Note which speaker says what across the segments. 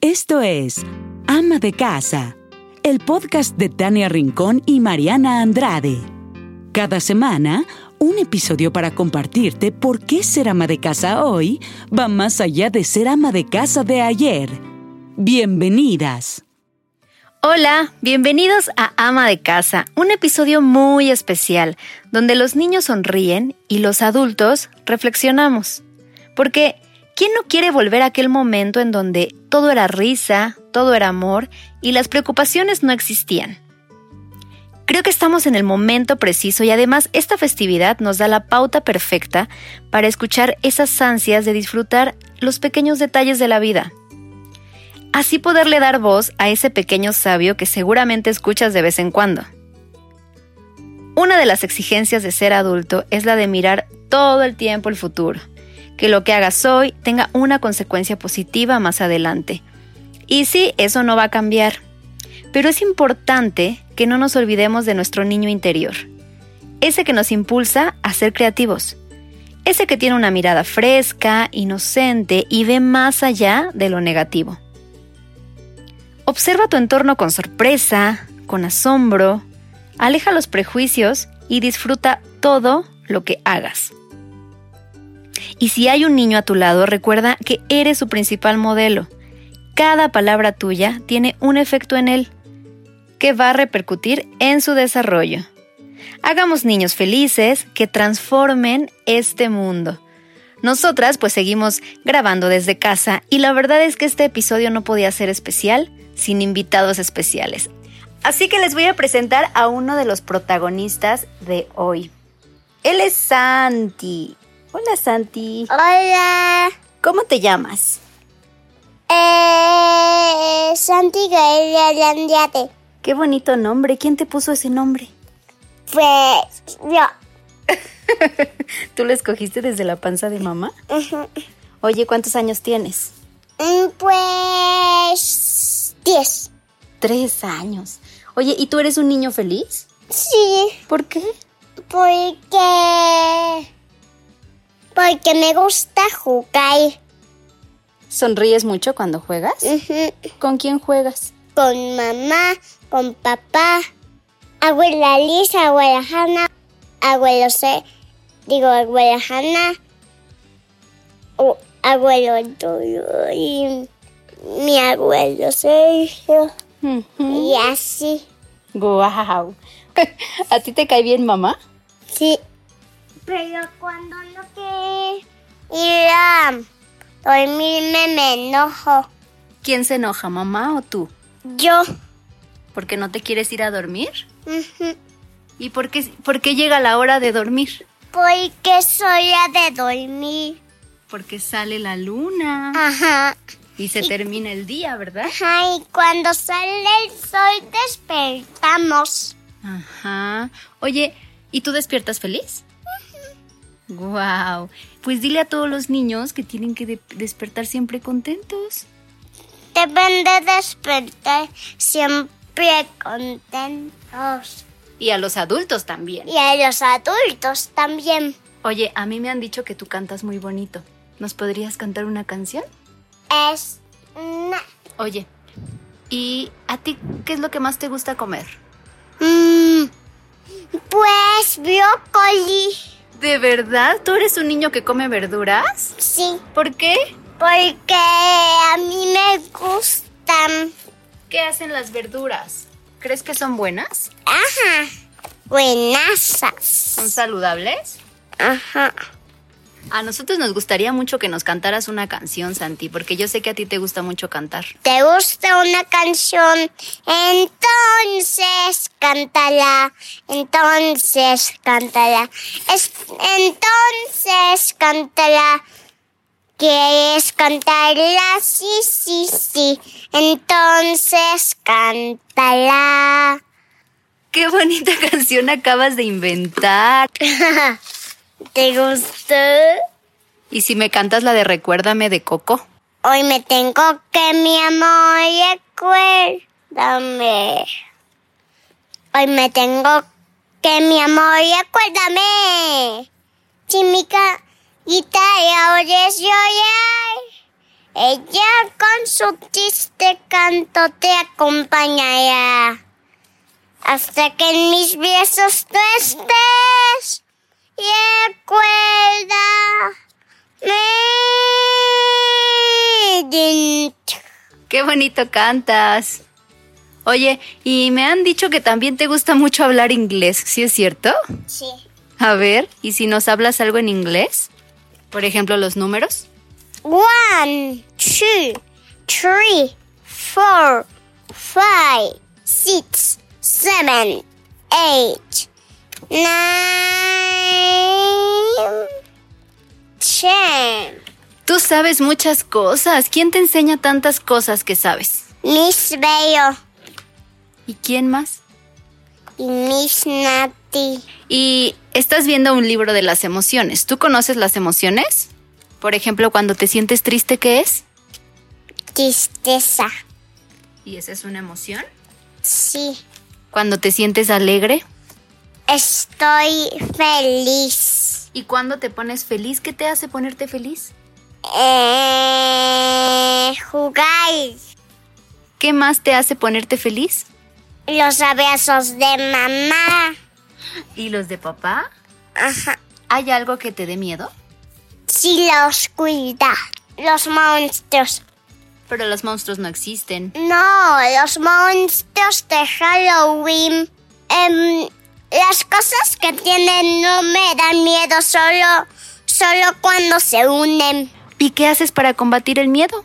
Speaker 1: Esto es Ama de Casa, el podcast de Tania Rincón y Mariana Andrade. Cada semana, un episodio para compartirte por qué ser ama de casa hoy va más allá de ser ama de casa de ayer. Bienvenidas.
Speaker 2: Hola, bienvenidos a Ama de Casa, un episodio muy especial, donde los niños sonríen y los adultos reflexionamos. Porque, ¿quién no quiere volver a aquel momento en donde todo era risa, todo era amor y las preocupaciones no existían? Creo que estamos en el momento preciso y además esta festividad nos da la pauta perfecta para escuchar esas ansias de disfrutar los pequeños detalles de la vida. Así poderle dar voz a ese pequeño sabio que seguramente escuchas de vez en cuando. Una de las exigencias de ser adulto es la de mirar todo el tiempo el futuro, que lo que hagas hoy tenga una consecuencia positiva más adelante. Y sí, eso no va a cambiar, pero es importante que no nos olvidemos de nuestro niño interior, ese que nos impulsa a ser creativos, ese que tiene una mirada fresca, inocente y ve más allá de lo negativo. Observa tu entorno con sorpresa, con asombro, aleja los prejuicios y disfruta todo lo que hagas. Y si hay un niño a tu lado, recuerda que eres su principal modelo. Cada palabra tuya tiene un efecto en él que va a repercutir en su desarrollo. Hagamos niños felices que transformen este mundo. Nosotras pues seguimos grabando desde casa y la verdad es que este episodio no podía ser especial sin invitados especiales. Así que les voy a presentar a uno de los protagonistas de hoy. Él es Santi. Hola Santi.
Speaker 3: Hola,
Speaker 2: ¿Cómo te llamas?
Speaker 3: eh, Santi Gael de Alandiate.
Speaker 2: Qué bonito nombre. ¿Quién te puso ese nombre?
Speaker 3: Pues yo.
Speaker 2: ¿Tú lo escogiste desde la panza de mamá? Oye, ¿cuántos años tienes?
Speaker 3: Mm, Pues 10.
Speaker 2: Tres años. Oye, ¿y tú eres un niño feliz?
Speaker 3: Sí,
Speaker 2: ¿Por qué?
Speaker 3: porque... Porque me gusta jugar
Speaker 2: ¿Sonríes mucho cuando juegas?
Speaker 3: Ujú.
Speaker 2: Eh, ¿Con quién juegas?
Speaker 3: con mamá, con papá, abuela Lisa, abuela Hanna, abuelo C, digo abuela Hanna, o abuelo Antonio y mi abuelo Sergio. Y así,
Speaker 2: ¡Guau! ¿A ti te cae bien mamá?
Speaker 3: sí. Pero cuando no quiero ir a dormirme me enojo.
Speaker 2: ¿Quién se enoja, mamá o tú?
Speaker 3: Yo.
Speaker 2: ¿Porque no te quieres ir a dormir?
Speaker 3: ujú,
Speaker 2: ¿Y por qué, por qué llega la hora de dormir?
Speaker 3: Porque soy la de dormir.
Speaker 2: Porque sale la luna
Speaker 3: Ajá.
Speaker 2: Ah, y se termina el día, ¿verdad?
Speaker 3: Ajá, y cuando sale el sol despertamos.
Speaker 2: Ajá. Oye, ¿y tú despiertas feliz? ¡Guau! Pues dile a todos los niños que tienen que de- despertar siempre contentos.
Speaker 3: Deben de despertar siempre contentos.
Speaker 2: Y a los adultos también.
Speaker 3: Y a los adultos también.
Speaker 2: Oye, a mí me han dicho que tú cantas muy bonito. ¿Nos podrías cantar una canción?
Speaker 3: Es una...
Speaker 2: Oye, ¿y a ti qué es lo que más te gusta comer?
Speaker 3: Mm, pues brócoli.
Speaker 2: ¿De verdad? ¿Tú eres un niño que come verduras?
Speaker 3: Sí,
Speaker 2: ¿Por qué?
Speaker 3: porque a mí me gustan.
Speaker 2: ¿Qué hacen las verduras? ¿Crees que son buenas?
Speaker 3: Ajá.
Speaker 2: ¿Son
Speaker 3: Buenasas.
Speaker 2: saludables?
Speaker 3: Ajá.
Speaker 2: A nosotros nos gustaría mucho que nos cantaras una canción, Santi, porque yo sé que a ti te gusta mucho cantar.
Speaker 3: te gusta una canción, entonces cántala, entonces cántala, es- entonces cántala. ¿Quieres cantarla? Sí, sí, sí. Entonces cántala.
Speaker 2: ¡Qué bonita canción acabas de inventar!
Speaker 3: ¿Te gustó?
Speaker 2: ¿Y si me cantas la de Recuérdame de Coco?
Speaker 3: Hoy me tengo que, mi amor, acuérdame. Hoy me tengo que, mi amor, acuérdame. Si mi ca- guitarra oyes llorar, Ella con su triste canto te acompañará hasta que en mis besos tú estés. Y recuerda, me
Speaker 2: Qué bonito cantas. Oye, y me han dicho que también te gusta mucho hablar inglés, ¿sí es cierto?
Speaker 3: Sí.
Speaker 2: A ver, ¿y si nos hablas algo en inglés? Por ejemplo, los números.
Speaker 3: One, two, three, four, five, six, seven, eight, nine, ten.
Speaker 2: Tú sabes muchas cosas. ¿Quién te enseña tantas cosas que sabes?
Speaker 3: Miss Bello
Speaker 2: ¿Y quién más?
Speaker 3: y Miss Nati.
Speaker 2: Y estás viendo un libro de las emociones. ¿Tú conoces las emociones? Por ejemplo, cuando te sientes triste, ¿qué es?
Speaker 3: Tristeza.
Speaker 2: ¿Y esa es una emoción?
Speaker 3: Sí.
Speaker 2: Cuando te sientes alegre.
Speaker 3: Estoy feliz.
Speaker 2: ¿Y cuando te pones feliz? ¿Qué te hace ponerte feliz?
Speaker 3: Eh, jugar.
Speaker 2: ¿Qué más te hace ponerte feliz?
Speaker 3: Los abrazos de mamá.
Speaker 2: ¿Y los de papá?
Speaker 3: Ajá.
Speaker 2: ¿Hay algo que te dé miedo?
Speaker 3: Si la oscuridad. Los monstruos.
Speaker 2: Pero los monstruos no existen.
Speaker 3: No, los monstruos de Halloween. Em, las cosas que tienen no me dan miedo solo, solo cuando se unen.
Speaker 2: ¿Y qué haces para combatir el miedo?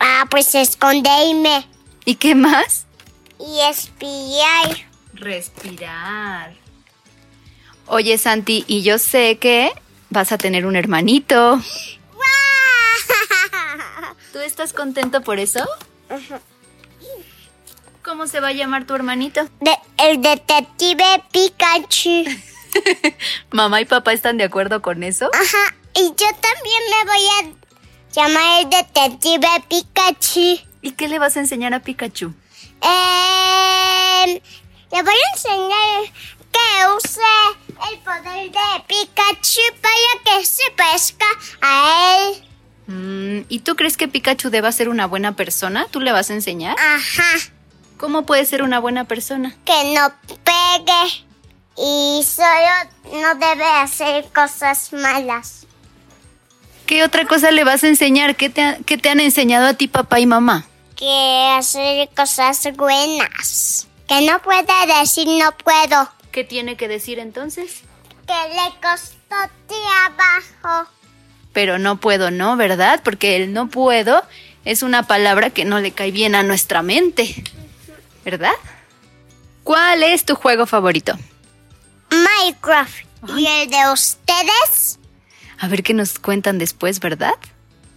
Speaker 3: Ah, pues esconderme
Speaker 2: ¿Y qué más?
Speaker 3: y espiar.
Speaker 2: Respirar. Oye, Santi, y yo sé que vas a tener un hermanito. ¿Tú estás contento por eso? ¿Cómo se va a llamar tu hermanito?
Speaker 3: De- el detective Pikachu.
Speaker 2: ¿Mamá y papá están de acuerdo con eso?
Speaker 3: Ajá, y yo también me voy a llamar el detective Pikachu.
Speaker 2: ¿Y qué le vas a enseñar a Pikachu?
Speaker 3: Em, le voy a enseñar que use el poder de Pikachu para que se pesca a él.
Speaker 2: Mm, ¿Y tú crees que Pikachu deba ser una buena persona? ¿Tú le vas a enseñar?
Speaker 3: Ajá,
Speaker 2: ¿Cómo puede ser una buena persona?
Speaker 3: que no pegue y solo no debe hacer cosas malas.
Speaker 2: ¿Qué otra cosa le vas a enseñar? ¿Qué te, ha- qué te han enseñado a ti papá y mamá?
Speaker 3: Que hacer cosas buenas. Que no puede decir no puedo.
Speaker 2: ¿Qué tiene que decir entonces?
Speaker 3: Que le costó trabajo.
Speaker 2: Pero no puedo, ¿no? ¿Verdad? Porque el no puedo es una palabra que no le cae bien a nuestra mente. ¿Verdad? ¿Cuál es tu juego favorito?
Speaker 3: Minecraft. ¿Y el de ustedes?
Speaker 2: A ver qué nos cuentan después, ¿verdad?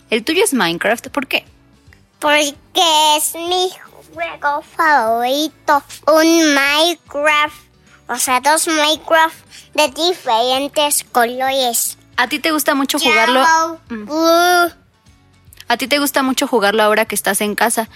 Speaker 2: El tuyo es Minecraft, ¿por qué?
Speaker 3: Porque es mi juego favorito. Un Minecraft. O sea, dos Minecraft de diferentes colores.
Speaker 2: ¿A ti te gusta mucho jugarlo? Mm.
Speaker 3: Yellow, blue.
Speaker 2: ¿A ti te gusta mucho jugarlo ahora que estás en casa?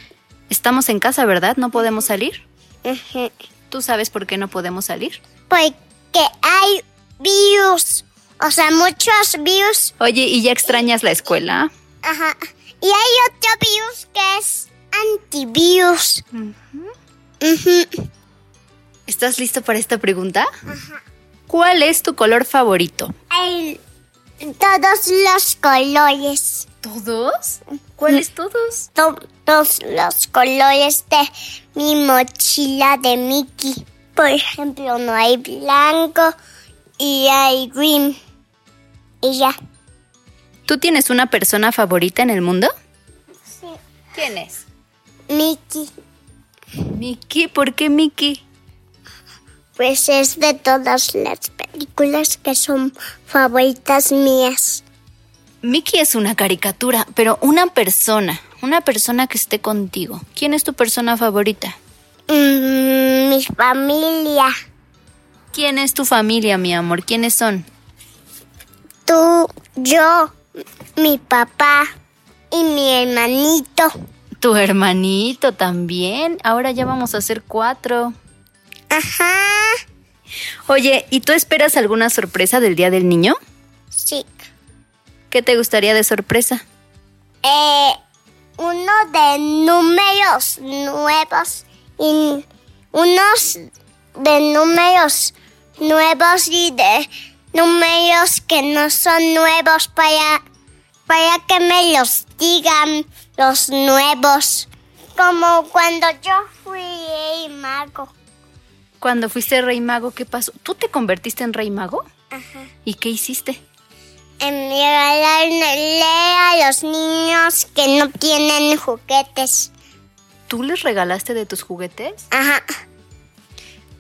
Speaker 2: Estamos en casa, ¿verdad? No podemos salir.
Speaker 3: Ujú.
Speaker 2: ¿Tú sabes por qué no podemos salir?
Speaker 3: uh, Porque hay virus. O sea, muchos virus.
Speaker 2: Oye, ¿y ya extrañas la escuela?
Speaker 3: Ajá. Y hay otro virus que es antivirus. Ujú.
Speaker 2: ¿Estás listo para esta pregunta? ¿Cuál es tu color favorito?
Speaker 3: El- todos los colores.
Speaker 2: ¿Todos? ¿Cuáles todos?
Speaker 3: Todos los colores de mi mochila de Mickey. Por ejemplo, no hay blanco y hay green. Y ya.
Speaker 2: ¿Tú tienes una persona favorita en el mundo?
Speaker 3: Sí.
Speaker 2: ¿Quién es?
Speaker 3: Mickey,
Speaker 2: Mickey, ¿por qué Mickey?
Speaker 3: pues es de todas las películas que son favoritas mías.
Speaker 2: Mickey es una caricatura, pero una persona, una persona que esté contigo. ¿Quién es tu persona favorita?
Speaker 3: Mm, mi familia,
Speaker 2: ¿Quién es tu familia, mi amor? ¿Quiénes son?
Speaker 3: tú, yo, mi papá y mi hermanito.
Speaker 2: Tu hermanito también. Ahora ya vamos a ser cuatro.
Speaker 3: Ajá.
Speaker 2: Oye, ¿y tú esperas alguna sorpresa del Día del Niño?
Speaker 3: Sí.
Speaker 2: ¿Qué te gustaría de sorpresa?
Speaker 3: Eh, uno de números nuevos y unos de números nuevos y de números que no son nuevos para, para que me los digan los nuevos. Como cuando yo fui rey mago.
Speaker 2: Cuando fuiste rey mago, ¿qué pasó? ¿Tú te convertiste en rey mago?
Speaker 3: Ajá.
Speaker 2: ¿Y qué hiciste?
Speaker 3: En regalarle a los niños que no tienen juguetes.
Speaker 2: ¿Tú les regalaste de tus juguetes?
Speaker 3: Ajá.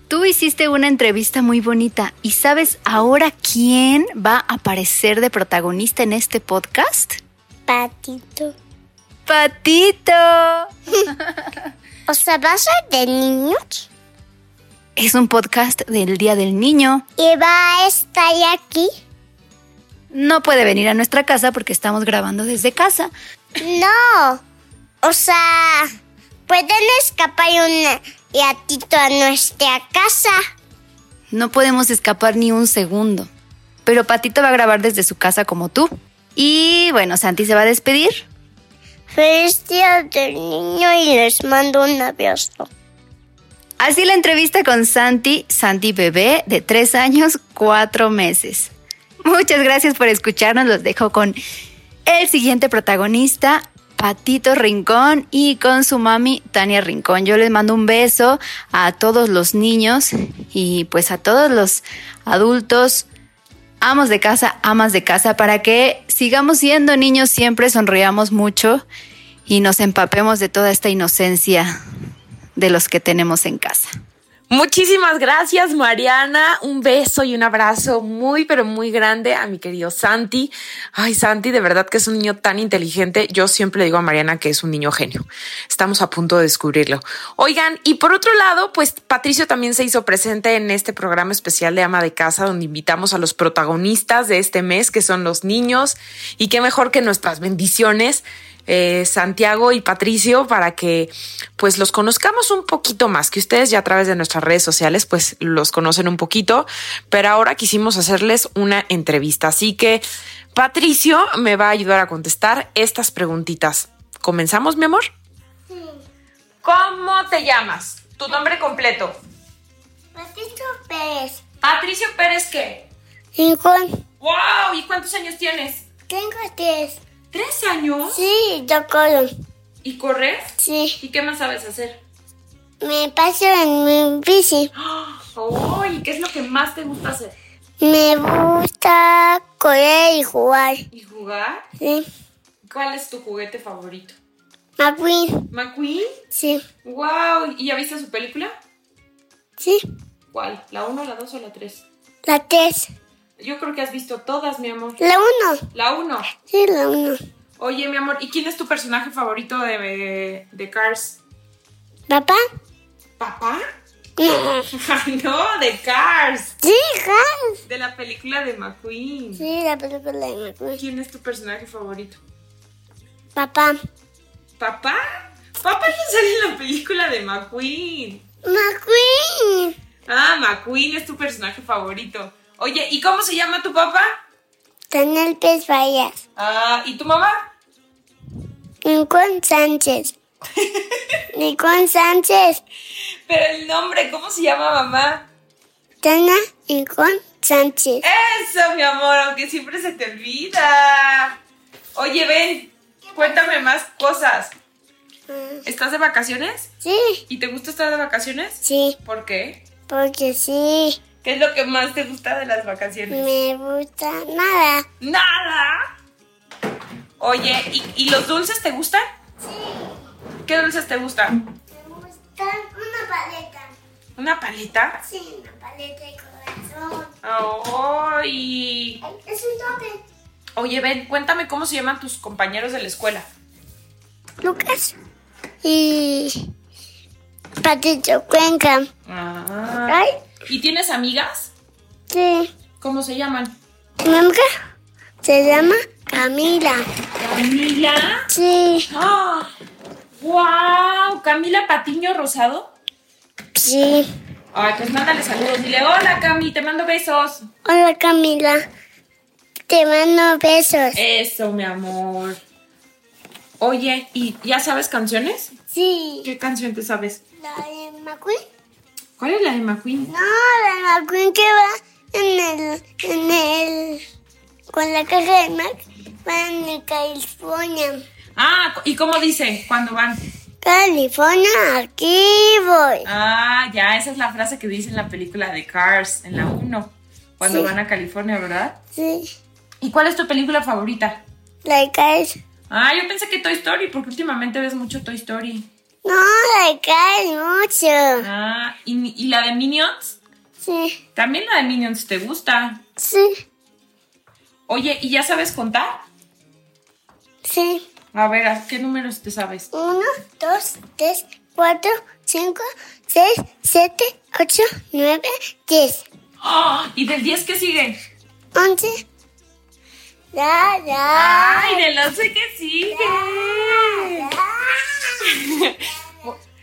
Speaker 2: Tú hiciste una entrevista muy bonita y ¿sabes ahora quién va a aparecer de protagonista en este podcast?
Speaker 3: Patito.
Speaker 2: Patito.
Speaker 3: O sea, va a ser de niños.
Speaker 2: Es un podcast del Día del Niño.
Speaker 3: Y va a estar aquí.
Speaker 2: No puede venir a nuestra casa porque estamos grabando desde casa.
Speaker 3: No. O sea, pueden escapar un ratito a nuestra casa.
Speaker 2: No podemos escapar ni un segundo. Pero Patito va a grabar desde su casa como tú. Y bueno, Santi se va a despedir.
Speaker 3: Feliz día del niño y les mando un abrazo.
Speaker 2: Así la entrevista con Santi, Santi bebé de 3 años, 4 meses. Muchas gracias por escucharnos. Los dejo con el siguiente protagonista, Patito Rincón, y con su mami, Tania Rincón. Yo les mando un beso a todos los niños y pues a todos los adultos, amos de casa, amas de casa, para que sigamos siendo niños siempre, sonriamos mucho y nos empapemos de toda esta inocencia de los que tenemos en casa.
Speaker 4: Muchísimas gracias, Mariana. Un beso y un abrazo muy, pero muy grande a mi querido Santi. Ay, Santi, de verdad que es un niño tan inteligente. Yo siempre le digo a Mariana que es un niño genio. Estamos a punto de descubrirlo. Oigan, y por otro lado, pues Patricio también se hizo presente en este programa especial de Ama de Casa, donde invitamos a los protagonistas de este mes, que son los niños. Y qué mejor que nuestras bendiciones. Eh, Santiago y Patricio para que pues los conozcamos un poquito más, que ustedes ya a través de nuestras redes sociales pues los conocen un poquito, pero ahora quisimos hacerles una entrevista. Así que Patricio me va a ayudar a contestar estas preguntitas. ¿Comenzamos, mi amor? ¿Cómo te llamas? Tu nombre completo.
Speaker 3: Patito Pérez.
Speaker 4: Patricio Pérez, ¿qué?
Speaker 3: Rincón.
Speaker 4: ¡Wow! ¿Y cuántos años tienes?
Speaker 3: Tengo tres.
Speaker 4: ¿Tres años?
Speaker 3: Sí, yo corro.
Speaker 4: ¿Y corres?
Speaker 3: Sí.
Speaker 4: ¿Y qué más sabes hacer?
Speaker 3: Me paso en mi bici.
Speaker 4: ¡Uy! ¿Qué es lo que más te gusta hacer?
Speaker 3: Me gusta correr y jugar.
Speaker 4: ¿Y jugar?
Speaker 3: Sí.
Speaker 4: ¿Cuál es tu juguete favorito?
Speaker 3: McQueen.
Speaker 4: ¿McQueen?
Speaker 3: Sí.
Speaker 4: ¡Wow! ¿Y ya viste su película?
Speaker 3: Sí.
Speaker 4: ¿Cuál? ¿La 1, la 2 o la 3?
Speaker 3: La tres.
Speaker 4: Yo creo que has visto todas, mi amor.
Speaker 3: La uno.
Speaker 4: La 1.
Speaker 3: Sí, la uno.
Speaker 4: Oye, mi amor, ¿y quién es tu personaje favorito de, de Cars?
Speaker 3: ¿Papá?
Speaker 4: ¿Papá?
Speaker 3: No.
Speaker 4: no, de Cars.
Speaker 3: Sí, Hans.
Speaker 4: De la película de McQueen.
Speaker 3: Sí, la película de McQueen.
Speaker 4: ¿Quién es tu personaje favorito?
Speaker 3: Papá.
Speaker 4: ¿Papá? Papá no sale en la película de McQueen.
Speaker 3: McQueen.
Speaker 4: Ah, McQueen es tu personaje favorito. Oye, ¿y cómo se llama tu papá?
Speaker 3: Daniel Pérez Vallas.
Speaker 4: Ah, ¿y tu mamá?
Speaker 3: Rincón Sánchez. Rincón Sánchez.
Speaker 4: Pero el nombre, ¿cómo se llama mamá?
Speaker 3: Tana Rincón Sánchez.
Speaker 4: Eso, mi amor, aunque siempre se te olvida. Oye, ven, cuéntame más cosas. ¿Estás de vacaciones?
Speaker 3: Sí.
Speaker 4: ¿Y te gusta estar de vacaciones?
Speaker 3: Sí.
Speaker 4: ¿Por qué?
Speaker 3: Porque sí.
Speaker 4: ¿Qué es lo que más te gusta de las vacaciones?
Speaker 3: Me gusta nada.
Speaker 4: ¡Nada! Oye, ¿y, y los dulces te gustan? Sí. ¿Qué dulces te gustan?
Speaker 3: Me gusta una paleta.
Speaker 4: ¿Una paleta?
Speaker 3: Sí, una paleta de corazón.
Speaker 4: ¡Ay!
Speaker 3: Es un tope.
Speaker 4: Oye, ven, cuéntame cómo se llaman tus compañeros de la escuela.
Speaker 3: Lucas. Y. Patito Cuenca.
Speaker 4: Ah.
Speaker 3: Ay.
Speaker 4: ¿Y tienes amigas?
Speaker 3: Sí.
Speaker 4: ¿Cómo se llaman?
Speaker 3: Mi amiga se llama Camila.
Speaker 4: Camila.
Speaker 3: Sí.
Speaker 4: ¡Wow! Ah. Camila Patiño Rosado.
Speaker 3: Sí.
Speaker 4: Ay, pues mándale saludos. Dile, hola Cami, te mando besos.
Speaker 3: Hola Camila. Te mando besos.
Speaker 4: Eso, mi amor. Oye, ¿y ya sabes canciones?
Speaker 3: Sí.
Speaker 4: ¿Qué canción te sabes?
Speaker 3: ¿La de McQueen?
Speaker 4: ¿Cuál es la de McQueen?
Speaker 3: No, la de McQueen que va en el. En el con la caja de Mac. Va en el California.
Speaker 4: Ah, ¿y cómo dice cuando van?
Speaker 3: California, aquí voy.
Speaker 4: Ah, ya, esa es la frase que dice en la película de Cars, en la 1, cuando
Speaker 3: Sí.
Speaker 4: van a California, ¿verdad?
Speaker 3: Sí.
Speaker 4: ¿Y cuál es tu película favorita?
Speaker 3: La de Cali.
Speaker 4: Ah, yo pensé que Toy Story, porque últimamente ves mucho Toy Story.
Speaker 3: No, la de Cali mucho.
Speaker 4: Ah, ¿y, y la de Minions?
Speaker 3: Sí.
Speaker 4: También la de Minions te gusta.
Speaker 3: Sí.
Speaker 4: Oye, ¿y ya sabes contar?
Speaker 3: Sí.
Speaker 4: A ver, ¿a ¿qué números te sabes?
Speaker 3: 1, 2, 3, 4, 5, 6, 7, 8, 9, 10,
Speaker 4: ¡Ah! ¿Y del 10 qué sigue?
Speaker 3: 11. La, la.
Speaker 4: ¡Ay, del 11 qué sigue!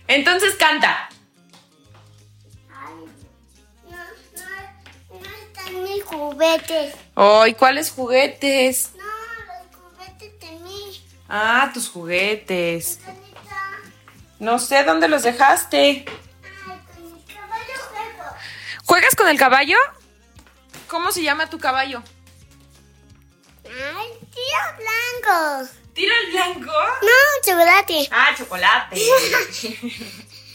Speaker 4: Entonces canta.
Speaker 3: No, no, no están mis juguetes.
Speaker 4: ¡Ay, cuáles juguetes!
Speaker 3: No, los juguetes de mí.
Speaker 4: Ah, tus juguetes.
Speaker 3: Tonita.
Speaker 4: No sé dónde los dejaste.
Speaker 3: Ay, con mi caballo juego.
Speaker 4: ¿Juegas con el caballo? ¿Cómo se llama tu caballo?
Speaker 3: Ay, tío blanco.
Speaker 4: ¿Tiro el blanco?
Speaker 3: No, chocolate.
Speaker 4: Ah, chocolate.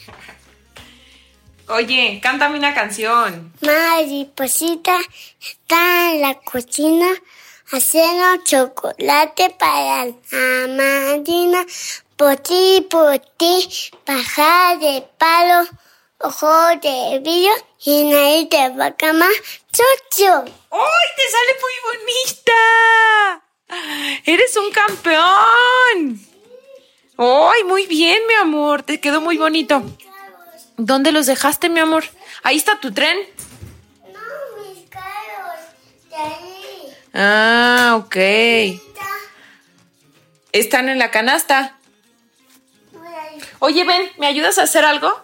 Speaker 4: Oye, cántame una canción.
Speaker 3: Mariposita pues está en la cocina haciendo chocolate para la madrina. Poti, poti, paja de palo, ojo de brillo y nariz de vaca más chucho.
Speaker 4: ¡Ay, te sale muy bonita! ¡Eres un campeón! ¡Ay, muy bien, mi amor! Te quedó muy bonito. ¿Dónde los dejaste, mi amor? Ahí está tu tren.
Speaker 3: No, mis caros, de ahí.
Speaker 4: Ah, ok.
Speaker 3: Está
Speaker 4: Están en la canasta.
Speaker 3: por ahí.
Speaker 4: Oye, ven, ¿me ayudas a hacer algo?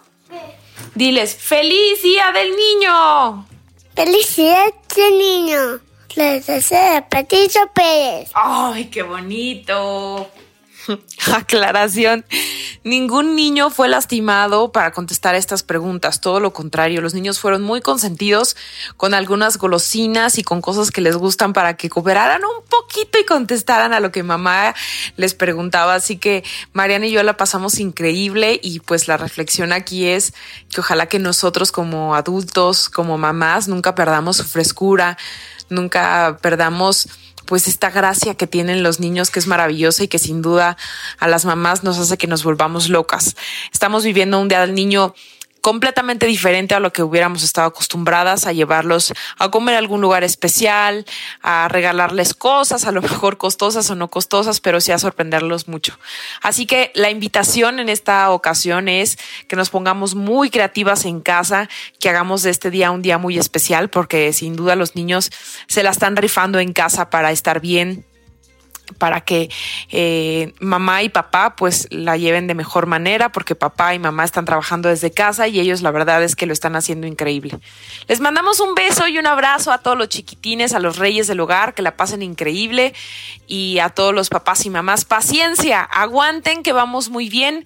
Speaker 4: Diles, ¡Feliz Día del Niño!
Speaker 3: Felicidades, niño. Les desea Patricio Pérez.
Speaker 4: ¡Ay, qué bonito! Aclaración. Ningún niño fue lastimado para contestar estas preguntas. Todo lo contrario, los niños fueron muy consentidos con algunas golosinas y con cosas que les gustan para que cooperaran un poquito y contestaran a lo que mamá les preguntaba. Así que Mariana y yo la pasamos increíble y pues la reflexión aquí es que ojalá que nosotros como adultos, como mamás, nunca perdamos su frescura, nunca perdamos pues esta gracia que tienen los niños que es maravillosa y que sin duda a las mamás nos hace que nos volvamos locas. Estamos viviendo un día del niño completamente diferente a lo que hubiéramos estado acostumbradas a llevarlos a comer a algún lugar especial, a regalarles cosas, a lo mejor costosas o no costosas, pero sí a sorprenderlos mucho. Así que la invitación en esta ocasión es que nos pongamos muy creativas en casa, que hagamos de este día un día muy especial, porque sin duda los niños se la están rifando en casa para estar bien, para que eh, mamá y papá pues la lleven de mejor manera porque papá y mamá están trabajando desde casa y ellos la verdad es que lo están haciendo increíble. Les mandamos un beso y un abrazo a todos los chiquitines, a los reyes del hogar, que la pasen increíble y a todos los papás y mamás. Paciencia, aguanten que vamos muy bien.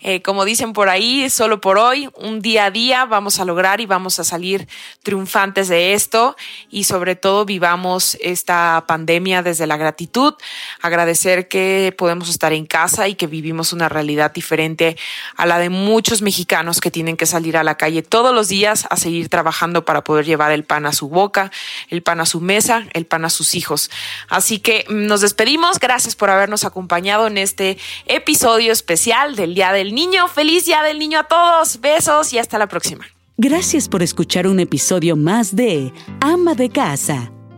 Speaker 4: Eh, como dicen por ahí, solo por hoy, un día a día vamos a lograr y vamos a salir triunfantes de esto y sobre todo vivamos esta pandemia desde la gratitud, agradecer que podemos estar en casa y que vivimos una realidad diferente a la de muchos mexicanos que tienen que salir a la calle todos los días a seguir trabajando para poder llevar el pan a su boca, el pan a su mesa, el pan a sus hijos. Así que mm, nos despedimos, gracias por habernos acompañado en este episodio especial del Día del Niño. Feliz Día del Niño a todos, besos y hasta la próxima.
Speaker 1: Gracias por escuchar un episodio más de Ama de Casa,